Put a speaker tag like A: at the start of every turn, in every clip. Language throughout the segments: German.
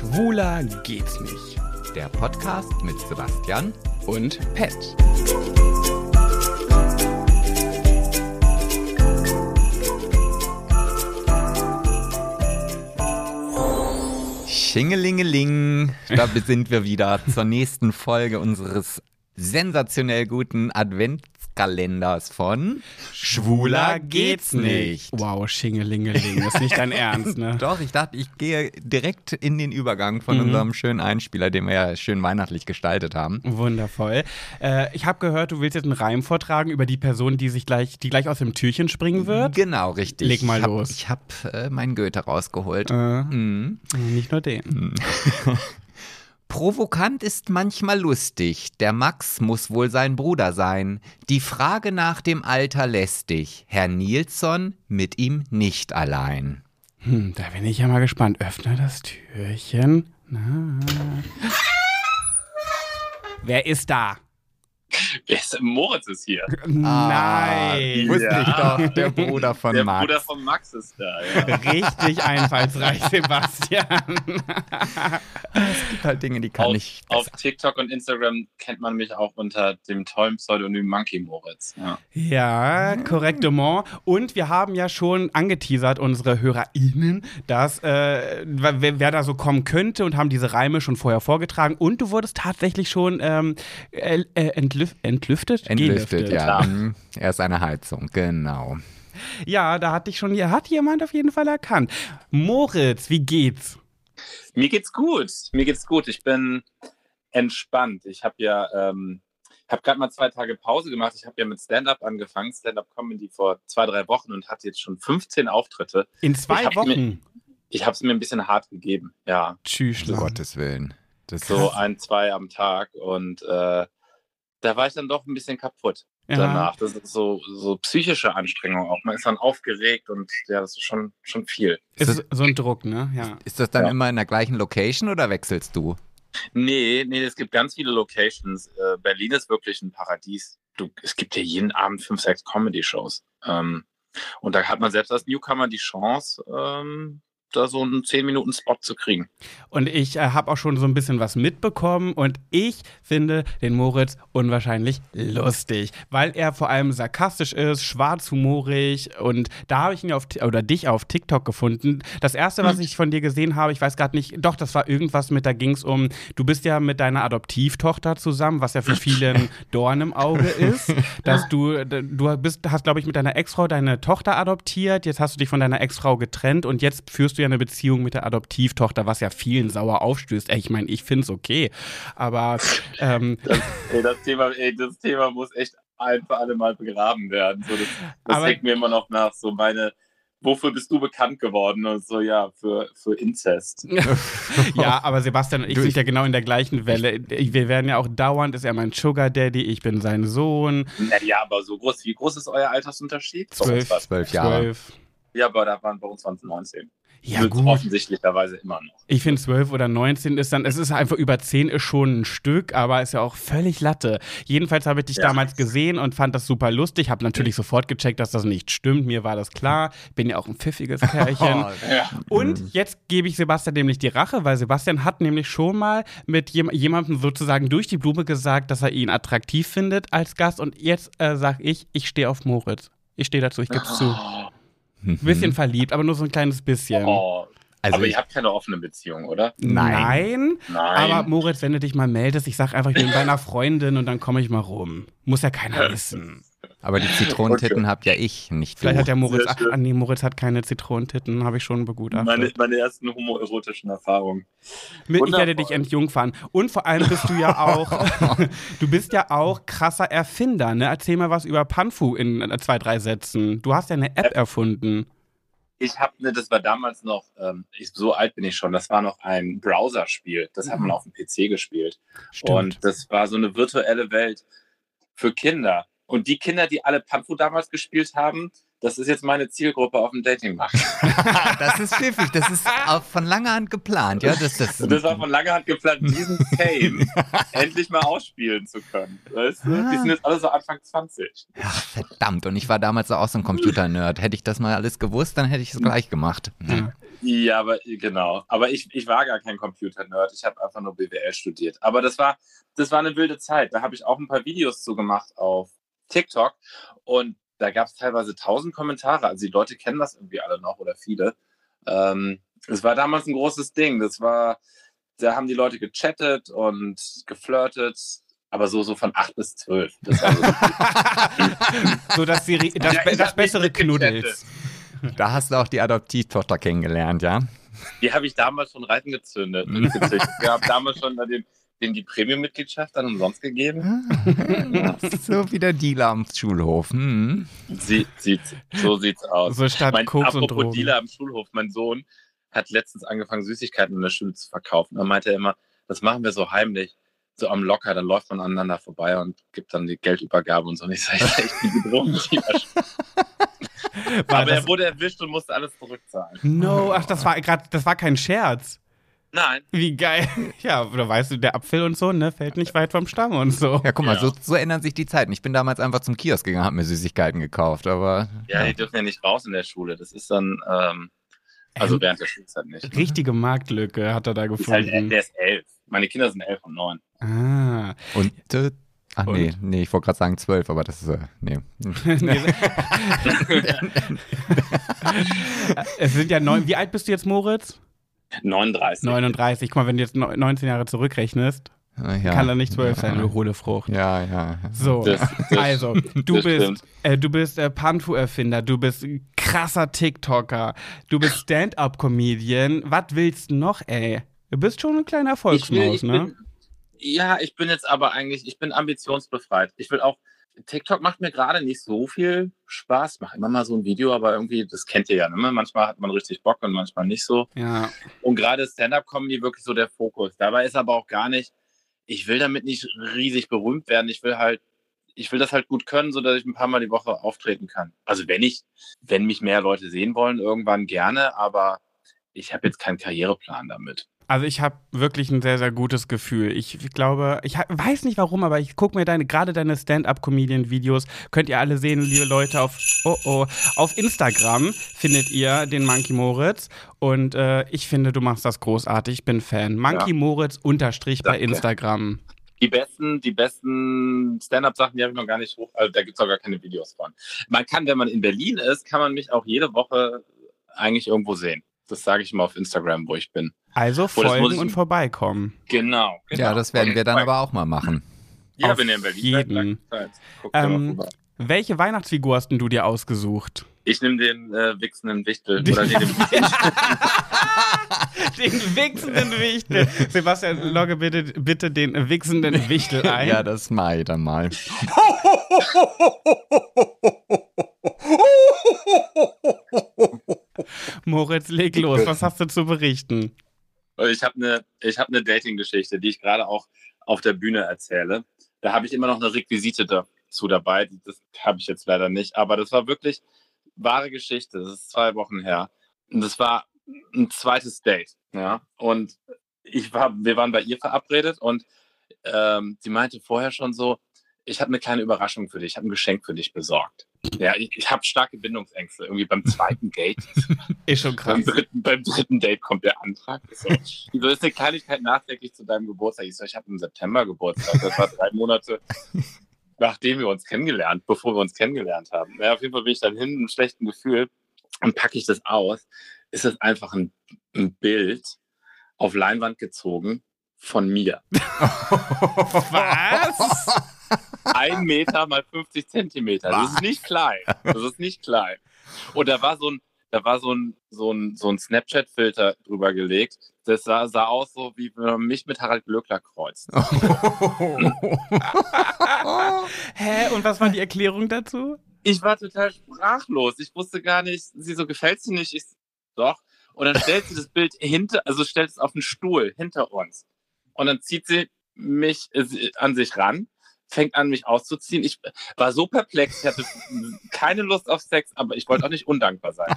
A: Besser geht's nicht.
B: Der Podcast mit Sebastian.
A: Und Pet.
B: Schingelingeling. Da sind wir wieder zur nächsten Folge unseres sensationell guten Adventskalenders von Schwuler geht's nicht.
A: Wow, Schingelingeling. Ist nicht dein Ernst, ne?
B: Doch, ich dachte, ich gehe direkt in den Übergang
A: Mhm.
B: von unserem schönen Einspieler, den wir ja schön weihnachtlich gestaltet haben.
A: Wundervoll. Äh, ich habe gehört, du willst jetzt einen Reim vortragen über die Person, die sich gleich, die gleich aus dem Türchen springen wird.
B: Genau, richtig.
A: Leg mal
B: ich hab,
A: los.
B: Ich habe äh, meinen Goethe rausgeholt.
A: Äh,
B: Mhm.
A: nicht nur den.
B: Provokant ist manchmal lustig, der Max muss wohl sein Bruder sein. Die Frage nach dem Alter lästig, Herr Nilsson mit ihm nicht allein.
A: Hm, da bin ich ja mal gespannt. Öffne das Türchen. Na. Wer ist da?
C: Wer ist denn? Moritz ist hier.
B: Ah.
A: Nein.
B: wusste
C: Ja.
B: ich doch, der Bruder von
C: Der
B: Max.
C: Bruder von Max ist da. Ja.
A: Richtig einfallsreich, Sebastian.
B: gibt halt Dinge, die kann
C: auf,
B: ich
C: auf
B: besser.
C: TikTok und Instagram kennt man mich auch unter dem tollen Pseudonym Monkey Moritz. Ja.
A: Ja, korrektement. Und wir haben ja schon angeteasert, unsere HörerInnen, dass äh, wer, wer da so kommen könnte und haben diese Reime schon vorher vorgetragen. Und du wurdest tatsächlich schon ähm, äh, äh, entlüf entlüftet?
B: Entlüftet,
A: Gelüftet.
B: ja. Mhm. Er ist eine Heizung, genau.
A: Ja, da hat dich schon, hat jemand auf jeden Fall erkannt. Moritz, wie geht's?
C: Mir geht's gut. Mir geht's gut. Ich bin entspannt. Ich habe ja, ähm, habe gerade mal zwei Tage Pause gemacht. Ich habe ja mit Stand-up angefangen, Stand-up Comedy vor zwei drei Wochen und hatte jetzt schon 15 Auftritte.
A: In zwei
C: Ich hab
A: Wochen.
C: Ich habe es mir ein bisschen hart gegeben. Ja,
A: Tschüss.
B: Um Gottes Willen. Das
C: so ein zwei am Tag und äh, da war ich dann doch ein bisschen kaputt.
A: Ja.
C: danach. Das ist so, so psychische Anstrengung auch. Man ist dann aufgeregt und ja, das ist schon, schon viel.
A: Ist so ein Druck, ne? Ja.
B: ist das dann
C: Ja.
B: immer in der gleichen Location oder wechselst du?
C: Nee, nee, es gibt ganz viele Locations. Äh, Berlin ist wirklich ein Paradies. Du, es gibt ja jeden Abend fünf, sechs Comedy-Shows. Ähm, und da hat man selbst als Newcomer die Chance, ähm, da so einen 10-Minuten-Spot zu kriegen.
A: Und ich äh, habe auch schon so ein bisschen was mitbekommen und ich finde den Moritz unwahrscheinlich lustig, weil er vor allem sarkastisch ist, schwarzhumorig und da habe ich ihn auf Ti- oder dich auf TikTok gefunden. Das erste, was ich von dir gesehen habe, ich weiß gerade nicht, doch das war irgendwas mit da ging es um, du bist ja mit deiner Adoptivtochter zusammen, was ja für viele ein Dorn im Auge ist, dass du du bist hast glaube ich mit deiner Ex-Frau deine Tochter adoptiert, jetzt hast du dich von deiner Ex-Frau getrennt und jetzt führst du ja eine Beziehung mit der Adoptivtochter, was ja vielen sauer aufstößt. Ey, ich meine, ich finde es okay, aber ähm,
C: Ey, das, Thema, ey, das Thema muss echt ein für alle Mal begraben werden. So, das das
A: Aber-
C: hängt mir immer noch nach. So meine, wofür bist du bekannt geworden? Und so, ja, für, für Inzest.
A: ja, aber Sebastian und ich
B: Du,
A: sind
B: ich-
A: ja genau in der gleichen Welle. Ich- Wir werden ja auch dauernd ist er mein Sugar Daddy, ich bin sein Sohn.
C: Naja, aber so groß, wie groß ist euer Altersunterschied? Bei uns
A: Zwölf.
C: war's-
B: Zwölf Jahre.
A: Zwölf.
C: Ja, aber da waren bei uns waren es 19.
A: Ja,
C: Sind
A: gut.
C: Offensichtlicherweise immer noch.
A: Ich finde 12 oder 19 ist dann, es ist einfach über 10 ist schon ein Stück, aber ist ja auch völlig Latte. Jedenfalls habe ich dich
C: Ja.
A: damals gesehen und fand das super lustig, habe natürlich sofort gecheckt, dass das nicht stimmt, mir war das klar, bin ja auch ein pfiffiges
B: Oh,
A: Kerlchen.
C: Ja.
A: Und jetzt gebe ich Sebastian nämlich die Rache, weil Sebastian hat nämlich schon mal mit jem jemandem sozusagen durch die Blume gesagt, dass er ihn attraktiv findet als Gast und jetzt äh, sage ich, ich stehe auf Moritz. Ich stehe dazu, ich gebe zu.
B: Mhm.
A: Ein bisschen verliebt, aber nur so ein kleines bisschen.
C: Oh.
B: Also
C: aber
B: ich-
C: ihr habt keine offene Beziehung, oder?
B: Nein.
A: Nein.
C: Nein.
A: Aber Moritz, wenn du dich mal meldest, ich sag einfach, ich bin bei einer Freundin und dann komme ich mal rum. Muss ja keiner wissen.
B: Aber die Zitronentitten habt ja ich, nicht
A: Vielleicht
B: du.
A: hat der Moritz,
C: sehr
A: ach,
C: schön.
A: ah, nee, Moritz hat keine Zitronentitten, habe ich schon begutachtet.
C: meine, meine ersten homoerotischen Erfahrungen.
A: Mit, ich
C: Wundervoll.
A: werde dich entjungfern. Und vor allem bist du ja auch, du bist ja auch krasser Erfinder, ne? Erzähl mal was über Panfu in äh, zwei, drei Sätzen. Du hast ja eine App erfunden.
C: Ich habe, ne, das war damals noch, ähm, ich, so alt bin ich schon, das war noch ein Browserspiel. Das
A: Mhm.
C: hat man auf dem PC gespielt. Und das war so eine virtuelle Welt für Kinder. Und die Kinder, die alle Panfu damals gespielt haben, das ist jetzt meine Zielgruppe auf dem Datingmarkt.
B: Das ist pfiffig, das ist auch von langer Hand geplant, ja? Das, das,
C: Und das war von langer Hand geplant, diesen Fame endlich mal ausspielen zu können. Weißt du? Die sind jetzt alle so Anfang 20.
B: Ach, verdammt, und ich war damals auch so ein Computer-Nerd. Hätte ich das mal alles gewusst, dann hätte ich es gleich gemacht.
A: Ja.
C: Ja, aber genau. Aber ich, ich war gar kein Computer-Nerd. Ich habe einfach nur BWL studiert. Aber das war, das war eine wilde Zeit. Da habe ich auch ein paar Videos zu gemacht auf TikTok. Und da gab es teilweise tausend Kommentare. Also die Leute kennen das irgendwie alle noch oder viele. Ähm, es war damals ein großes Ding. Das war, da haben die Leute gechattet und geflirtet. Aber so, so von 8 bis 12. Das war so
A: so dass die, ri- das,
C: Ja,
A: be-
C: ich
A: das
C: hab nicht
A: bessere
C: mitgechattet.
A: Knuddels.
B: Da hast du auch die Adoptivtochter kennengelernt, ja?
C: Die habe ich damals schon reiten gezündet. gezündet. Ich habe damals schon da den, den die Premium-Mitgliedschaft dann umsonst gegeben.
B: Ah, so wie der Dealer am Schulhof. Hm.
C: Sie, sieht, so sieht's aus.
A: So statt
C: mein,
A: Koks und
C: apropos
A: Drogen.
C: Dealer am Schulhof, mein Sohn hat letztens angefangen, Süßigkeiten in der Schule zu verkaufen. Dann meinte er immer, das machen wir so heimlich, so am Locker, dann läuft man aneinander vorbei und gibt dann die Geldübergabe und so. Und ich sage, ich echt die Bedrohung.
A: War
C: Aber
A: das,
C: er wurde erwischt und musste alles zurückzahlen.
A: no, ach, das war gerade, das war kein Scherz.
C: Nein,
A: Wie geil. Ja, da weißt du, der Apfel und so, ne, fällt nicht weit vom Stamm und so.
B: Ja, guck mal,
C: Ja.
B: So, so ändern sich die Zeiten. Ich bin damals einfach zum Kiosk gegangen, hab mir Süßigkeiten gekauft, aber
C: ja, die dürfen ja nicht raus in der Schule. Das ist dann, ähm, also während der Schulzeit nicht.
A: Richtige Marktlücke hat er da
C: Ist halt,
A: gefunden.
C: der ist elf. Meine Kinder sind elf und neun.
A: Ah.
B: Und. Äh, ach
A: Und?
B: nee, nee, ich wollte gerade sagen zwölf, aber das ist. Äh, nee.
A: Es sind ja neun. Wie alt bist du jetzt, Moritz?
C: 39.
A: 39. Guck mal, wenn du jetzt neu- 19 Jahre zurückrechnest,
B: Äh, ja.
A: kann er nicht 12 sein, du
B: Ja,
A: hohle Frucht.
B: ja. ja.
A: So,
C: Das- das-
A: also, du
C: das
A: bist,
C: stimmt.
A: äh, du bist äh, Panfu-Erfinder, du bist ein krasser TikToker, du bist Stand-Up-Comedian. Was willst du noch, ey? Du bist schon ein kleiner
C: Ich will,
A: Volksmaus,
C: ich
A: ne?
C: bin, ja, ich bin jetzt aber eigentlich, ich bin ambitionsbefreit. Ich will auch, TikTok macht mir gerade nicht so viel Spaß. Mach immer mal so ein Video, aber irgendwie, das kennt ihr ja. Ne? Manchmal hat man richtig Bock und manchmal nicht so.
A: Ja.
C: Und gerade Stand-Up-Comedy wirklich so der Fokus. Dabei ist aber auch gar nicht, ich will damit nicht riesig berühmt werden. Ich will halt, ich will das halt gut können, sodass ich ein paar Mal die Woche auftreten kann. Also wenn ich, wenn mich mehr Leute sehen wollen, irgendwann gerne, aber ich habe jetzt keinen Karriereplan damit.
A: Also ich habe wirklich ein sehr, sehr gutes Gefühl. Ich glaube, ich ha- weiß nicht warum, aber ich gucke mir deine, gerade deine Stand-up-Comedian-Videos, könnt ihr alle sehen, liebe Leute, auf, oh oh, auf Instagram findet ihr den Monkey Moritz. Und äh, ich finde, du machst das großartig. Ich bin Fan. Monkey Moritz unterstrich bei
C: Danke.
A: Instagram.
C: Die besten, die besten Stand-up-Sachen, die habe ich noch gar nicht hoch. Also da gibt es auch gar keine Videos von. Man kann, wenn man in Berlin ist, kann man mich auch jede Woche eigentlich irgendwo sehen. Das sage ich immer auf Instagram, wo ich bin.
A: Also
C: das muss
A: folgen
C: ich-
A: und vorbeikommen.
C: Genau. genau.
B: ja, das werden wir dann
C: aber
B: aber auch mal machen.
C: Ja,
A: Auf
C: wenn ihr in Berlin
A: jeden.
C: seid, dann guckt
A: Ähm,
C: ihr mal rüber.
A: Welche Weihnachtsfigur hast denn du dir ausgesucht?
C: Ich nehme den äh, wichsenden Wichtel.
A: Den-
C: Oder nee, den,
A: Den wichsenden Wichtel. Sebastian, logge bitte, bitte den wichsenden Wichtel ein.
B: Ja, das mache ich dann mal.
A: Moritz, leg los. Was hast du zu berichten?
C: Äh, ich habe eine hab ne Dating-Geschichte, die ich gerade auch auf der Bühne erzähle. Da habe ich immer noch eine Requisite dazu dabei. Das habe ich jetzt leider nicht. Aber das war wirklich wahre Geschichte. Das ist zwei Wochen her. Und das war ein zweites Date. Ja? Und ich war, wir waren bei ihr verabredet und ähm, sie meinte vorher schon so, ich habe eine kleine Überraschung für dich, ich habe ein Geschenk für dich besorgt. Ja, ich, ich habe starke Bindungsängste. Irgendwie beim zweiten Date
A: Ist schon krass.
C: Beim dritten, beim dritten Date kommt der Antrag. Ich So, wieso ist eine Kleinigkeit nachträglich zu deinem Geburtstag? Ich so, ich habe im September Geburtstag. Das war drei Monate, nachdem wir uns kennengelernt, bevor wir uns kennengelernt haben. Ja, auf jeden Fall bin ich dann hin mit einem schlechten Gefühl und packe ich das aus. Ist das einfach ein, ein Bild auf Leinwand gezogen von mir.
A: Was?
C: Ein Meter mal 50 Zentimeter. Das ist nicht klein. Das ist nicht klein. Und da war so ein, da war so ein, so ein, so ein Snapchat-Filter drüber gelegt. Das sah, sah aus so, wie wenn man mich mit Harald Glöckler kreuzt. ne?
A: Hä? Und was war die Erklärung dazu?
C: Ich war total sprachlos. Ich wusste gar nicht, sie so gefällt sie nicht. Ich so, doch. Und dann stellt sie das Bild hinter, also stellt es auf den Stuhl hinter uns. Und dann zieht sie mich äh, sie- an sich ran, fängt an, mich auszuziehen. Ich war so perplex. Ich hatte keine Lust auf Sex, aber ich wollte auch nicht undankbar sein.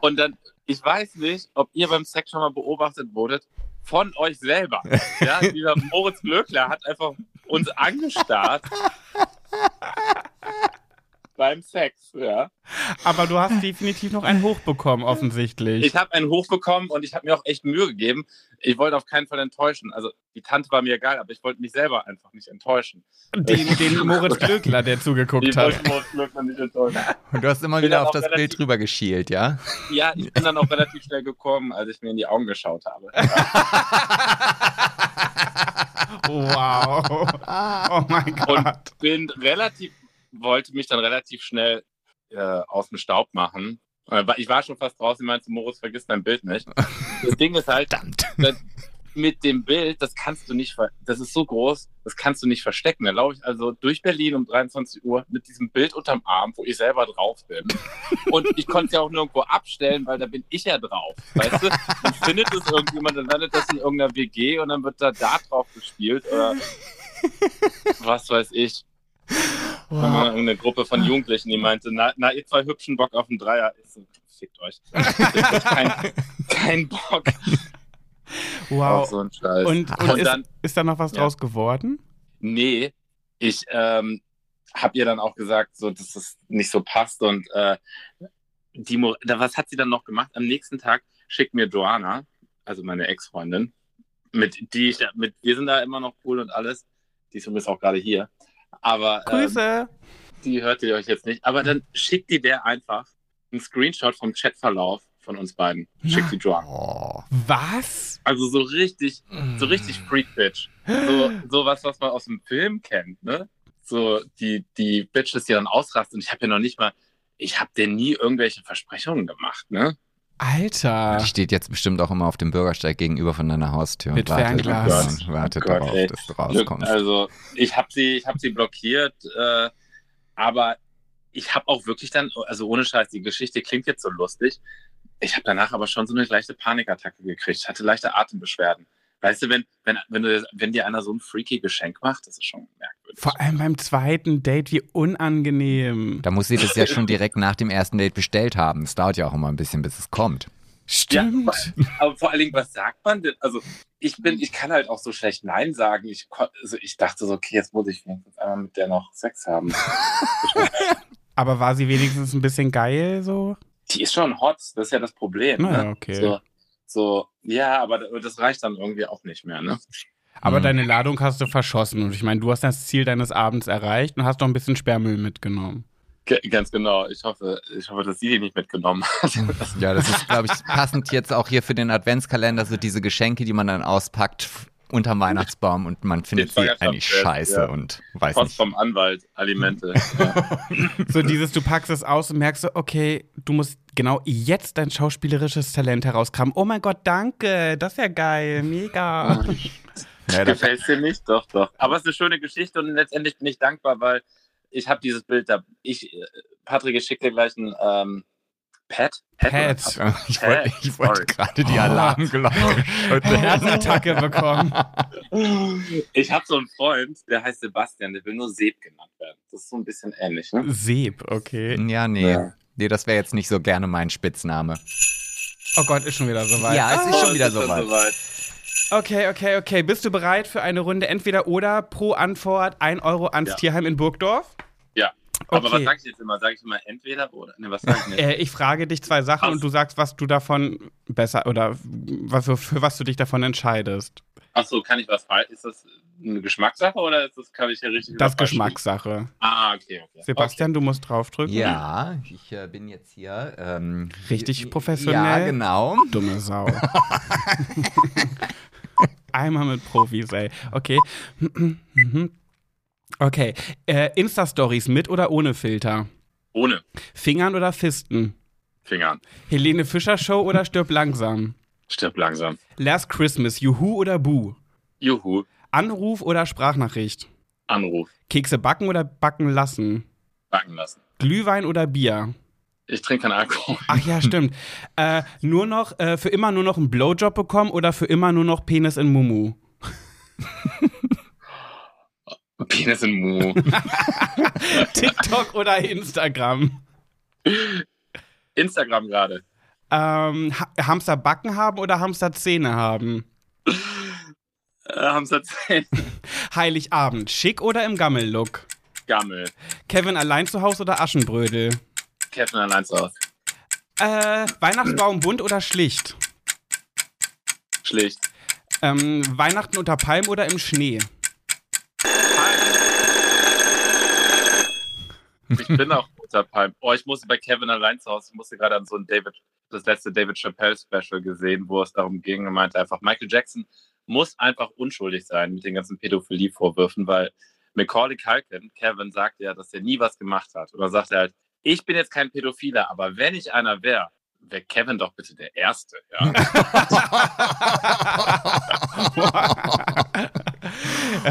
C: Und dann, ich weiß nicht, ob ihr beim Sex schon mal beobachtet wurdet, von euch selber. Ja, dieser Moritz Glöckler hat einfach uns angestarrt. beim Sex, ja.
A: Aber du hast definitiv noch einen hoch bekommen, offensichtlich.
C: Ich habe einen hochbekommen und ich habe mir auch echt Mühe gegeben. Ich wollte auf keinen Fall enttäuschen. Also die Tante war mir egal, aber ich wollte mich selber einfach nicht enttäuschen.
A: Den, den Moritz Glöckler, der zugeguckt
C: Ich
A: hat.
C: wollte Moritz Glöckler nicht enttäuschen.
B: Und du hast immer
C: Bin
B: wieder
C: dann
B: auf
C: auch
B: das Bild
C: relativ-
B: drüber geschielt, ja?
C: Ja, ich bin dann auch relativ schnell gekommen, als ich mir in die Augen geschaut habe.
A: Wow. Oh mein Gott.
C: Und bin relativ, wollte mich dann relativ schnell äh, aus dem Staub machen. Äh, Ich war schon fast draußen, meinte Moritz, vergiss dein Bild nicht. Das Ding ist halt,
B: Verdammt.
C: mit dem Bild, das kannst du nicht, ver das ist so groß, das kannst du nicht verstecken. Da laufe ich also durch Berlin um 23 Uhr mit diesem Bild unterm Arm, wo ich selber drauf bin. Und ich konnte es ja auch nirgendwo abstellen, weil da bin ich ja drauf. Weißt du, dann findet es irgendjemand, dann landet das in irgendeiner WG und dann wird da da drauf gespielt oder was weiß ich. Dann war irgendeine Gruppe von Jugendlichen, die meinte, na, na ihr zwei hübschen Bock auf den Dreier. Ich so, fickt euch. Ich hab kein, kein Bock auf
A: Wow.
C: so einen Scheiß.
A: Und, und,
C: Und
A: ist,
C: dann-
A: ist da noch was
C: Ja.
A: draus geworden?
C: nee, ich ähm, habe ihr dann auch gesagt, so, dass das nicht so passt. Und äh, die, Mo- da, was hat sie dann noch gemacht? Am nächsten Tag schickt mir Joanna, also meine Ex-Freundin, mit die ich, mit, wir sind da immer noch cool und alles. Die ist übrigens auch gerade hier. Aber ähm,
A: Grüße.
C: die hört ihr euch jetzt nicht. Aber dann schickt die der einfach einen Screenshot vom Chatverlauf von uns beiden. Schickt die Joanna. Ah.
B: Oh.
A: Was?
C: Also so richtig so richtig Freak Bitch. So, so was, was man aus dem Film kennt, ne? So die, die Bitches, die dann ausrasten. Und ich habe ja noch nicht mal, ich habe dir nie irgendwelche Versprechungen gemacht, ne?
A: Alter.
B: Die steht jetzt bestimmt auch immer auf dem Bürgersteig gegenüber von deiner Haustür
A: Mit
B: und wartet,
A: Fernglas.
B: und wartet
C: Oh Gott,
B: darauf,
C: ey.
B: dass du rauskommst.
C: Also ich habe sie, ich habe sie blockiert, äh, aber ich habe auch wirklich dann, also ohne Scheiß, die Geschichte klingt jetzt so lustig. Ich habe danach aber schon so eine leichte Panikattacke gekriegt. Ich hatte leichte Atembeschwerden. Weißt du, wenn, wenn, wenn, du, wenn dir einer so ein freaky Geschenk macht, das ist schon merkwürdig.
A: Vor allem beim zweiten Date, wie unangenehm.
B: Da muss sie das ja schon direkt nach dem ersten Date bestellt haben. Es dauert ja auch immer ein bisschen, bis es kommt.
A: Stimmt.
C: Aber vor allen Dingen, was sagt man denn? Also ich bin, ich kann halt auch so schlecht Nein sagen. Ich, kon- also ich dachte so, okay, jetzt muss ich wenigstens einmal mit der noch Sex haben.
A: Aber war sie wenigstens ein bisschen geil so?
C: Die ist schon hot, das ist ja das Problem.
A: Naja,
C: Ne?
A: okay.
C: So, so, ja, aber da- das reicht dann irgendwie auch nicht mehr, ne?
A: Aber
B: Mhm.
A: deine Ladung hast du verschossen. Und ich meine, du hast das Ziel deines Abends erreicht und hast noch ein bisschen Sperrmüll mitgenommen.
C: G ganz genau. Ich hoffe, ich hoffe, dass sie die nicht mitgenommen hat.
B: Ja, das ist, glaube ich, passend jetzt auch hier für den Adventskalender, so diese Geschenke, die man dann auspackt f- unterm Weihnachtsbaum und man findet sie
C: Feuerschaftsfest,
B: eigentlich scheiße
C: ja.
B: und weiß
C: Post
B: nicht.
C: vom Anwalt, Alimente. ja.
A: So dieses, du packst es aus und merkst so, okay, du musst genau jetzt dein schauspielerisches Talent herauskramen. Oh mein Gott, danke. Das ist ja geil. Mega.
B: Ja, da,
C: Gefällt dir nicht? Doch, doch. Aber es ist eine schöne Geschichte und letztendlich bin ich dankbar, weil ich habe dieses Bild da. Ich, äh, Patrick, ich schicke dir gleich ein ähm, Pad. oder
A: Pad.
B: ich wollte, ich wollte gerade die Alarmglocke.
A: Herzattacke bekommen.
C: Ich habe so einen Freund, der heißt Sebastian, der will nur Seb genannt werden. Das ist so ein bisschen ähnlich, ne?
A: Seb, okay.
B: Ja, nee.
C: Ja.
B: Nee, das wäre jetzt nicht so gerne mein Spitzname.
A: Oh Gott, ist schon wieder soweit.
B: Ja, es ist schon
C: Oh,
B: wieder
C: es ist
B: soweit.
A: Okay, okay, okay. Bist du bereit für eine Runde entweder oder pro Antwort 1 Euro ans
C: Ja.
A: Tierheim in Burgdorf?
C: Ja. Aber
A: Okay.
C: was sage ich jetzt immer? Sage ich immer entweder oder? Ne, was sag ich denn?
A: Äh, ich frage dich zwei Sachen
C: Was?
A: und du sagst, was du davon besser oder was, für, für was du dich davon entscheidest.
C: Achso, kann ich was falsch? Ist das eine Geschmackssache oder ist das, kann ich hier richtig
A: Das
C: was falsch
A: Geschmackssache.
C: machen? Ah, okay, okay.
A: Sebastian, du musst draufdrücken.
B: Ja, ich äh, bin jetzt hier. Ähm,
A: Richtig
B: i- i-
A: professionell.
B: Ja, genau.
A: Dumme Sau. Einmal mit Profis, ey. Okay. Okay. Äh, Insta-Stories mit oder ohne Filter?
C: Okay. Ohne
A: Fingern oder Fisten?
C: Fingern.
A: Helene Fischer Show oder stirb langsam?
C: Stirb langsam.
A: Last Christmas, Juhu oder Bu?
C: Juhu.
A: Anruf oder Sprachnachricht?
C: Anruf.
A: Kekse backen oder backen lassen?
C: Backen lassen.
A: Glühwein oder Bier?
C: Ich trinke keinen Alkohol.
A: Ach ja, stimmt. äh, nur noch, äh, für immer nur noch einen Blowjob bekommen oder für immer nur noch Penis in Mumu?
C: Penis in Mu.
A: TikTok oder Instagram?
C: Instagram gerade.
A: Ähm, ha Hamster Backen haben oder Hamster Zähne haben?
C: Äh, haben sie erzählt.
A: Heiligabend, schick oder im Gammel-Look?
C: Gammel.
A: Kevin allein zu Hause oder Aschenbrödel?
C: Captain Alliance aus?
A: Äh, Weihnachtsbaum bunt oder schlicht?
C: Schlicht.
A: Ähm, Weihnachten unter Palmen oder im Schnee?
C: Ich bin auch unter Palm. Oh, ich musste bei Kevin allein zu Hause, ich musste gerade an so ein David, das letzte David Chappelle Special gesehen, wo es darum ging, er meinte einfach, Michael Jackson muss einfach unschuldig sein mit den ganzen Pädophilie-Vorwürfen, weil Macaulay Culkin, Kevin, sagt ja, dass er nie was gemacht hat. Und dann sagt er halt, ich bin jetzt kein Pädophiler, aber wenn ich einer wäre, wäre Kevin doch bitte der Erste. Ja?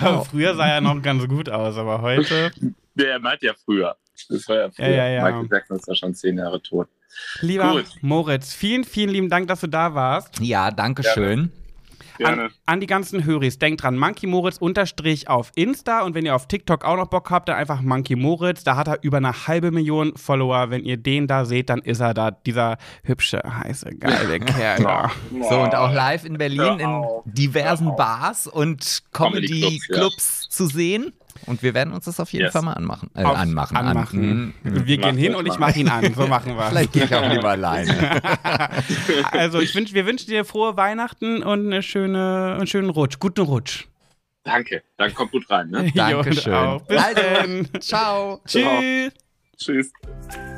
A: Ja, Ähm, Früher sah er noch ganz gut aus, aber heute.
C: Nee, er meint ja früher. Das war ja früher.
A: Ja, ja, ja.
C: Michael Jackson ist ja schon zehn Jahre tot.
A: Lieber
C: Cool.
A: Moritz, vielen, vielen lieben Dank, dass du da warst.
B: Ja, danke schön.
C: Gerne.
A: An, an die ganzen Höris, denkt dran, Monkey Moritz unterstrich auf Insta und wenn ihr auf TikTok auch noch Bock habt, dann einfach Monkey Moritz. Da hat er über eine halbe Million Follower. Wenn ihr den da seht, dann ist er da, dieser hübsche, heiße, geile Kerl.
B: genau.
A: da.
B: So, und auch live in Berlin
C: Hör
B: in
C: auf, hör
B: diversen
C: auf.
B: Bars und
C: Comedy-Clubs, ja.
B: Comedy-Clubs zu sehen. Und wir werden uns das auf jeden
C: Yes.
B: Fall mal anmachen. Äh,
A: Auf-
B: anmachen. an-
A: anmachen.
B: Mhm.
A: Wir
C: Mach
A: gehen hin
C: das
A: und ich
C: mal.
A: mache ihn an. So machen wir
B: Vielleicht gehe ich auch lieber alleine.
A: Also ich wünsch, wir wünschen dir frohe Weihnachten und eine schöne, einen schönen Rutsch. Guten Rutsch.
C: Danke. Dann kommt gut rein.
A: Jo,
C: Ne?
A: und
B: Dankeschön.
A: auch. Bis
B: Also,
A: dann.
B: Ciao.
A: Tschüss.
C: Tschüss.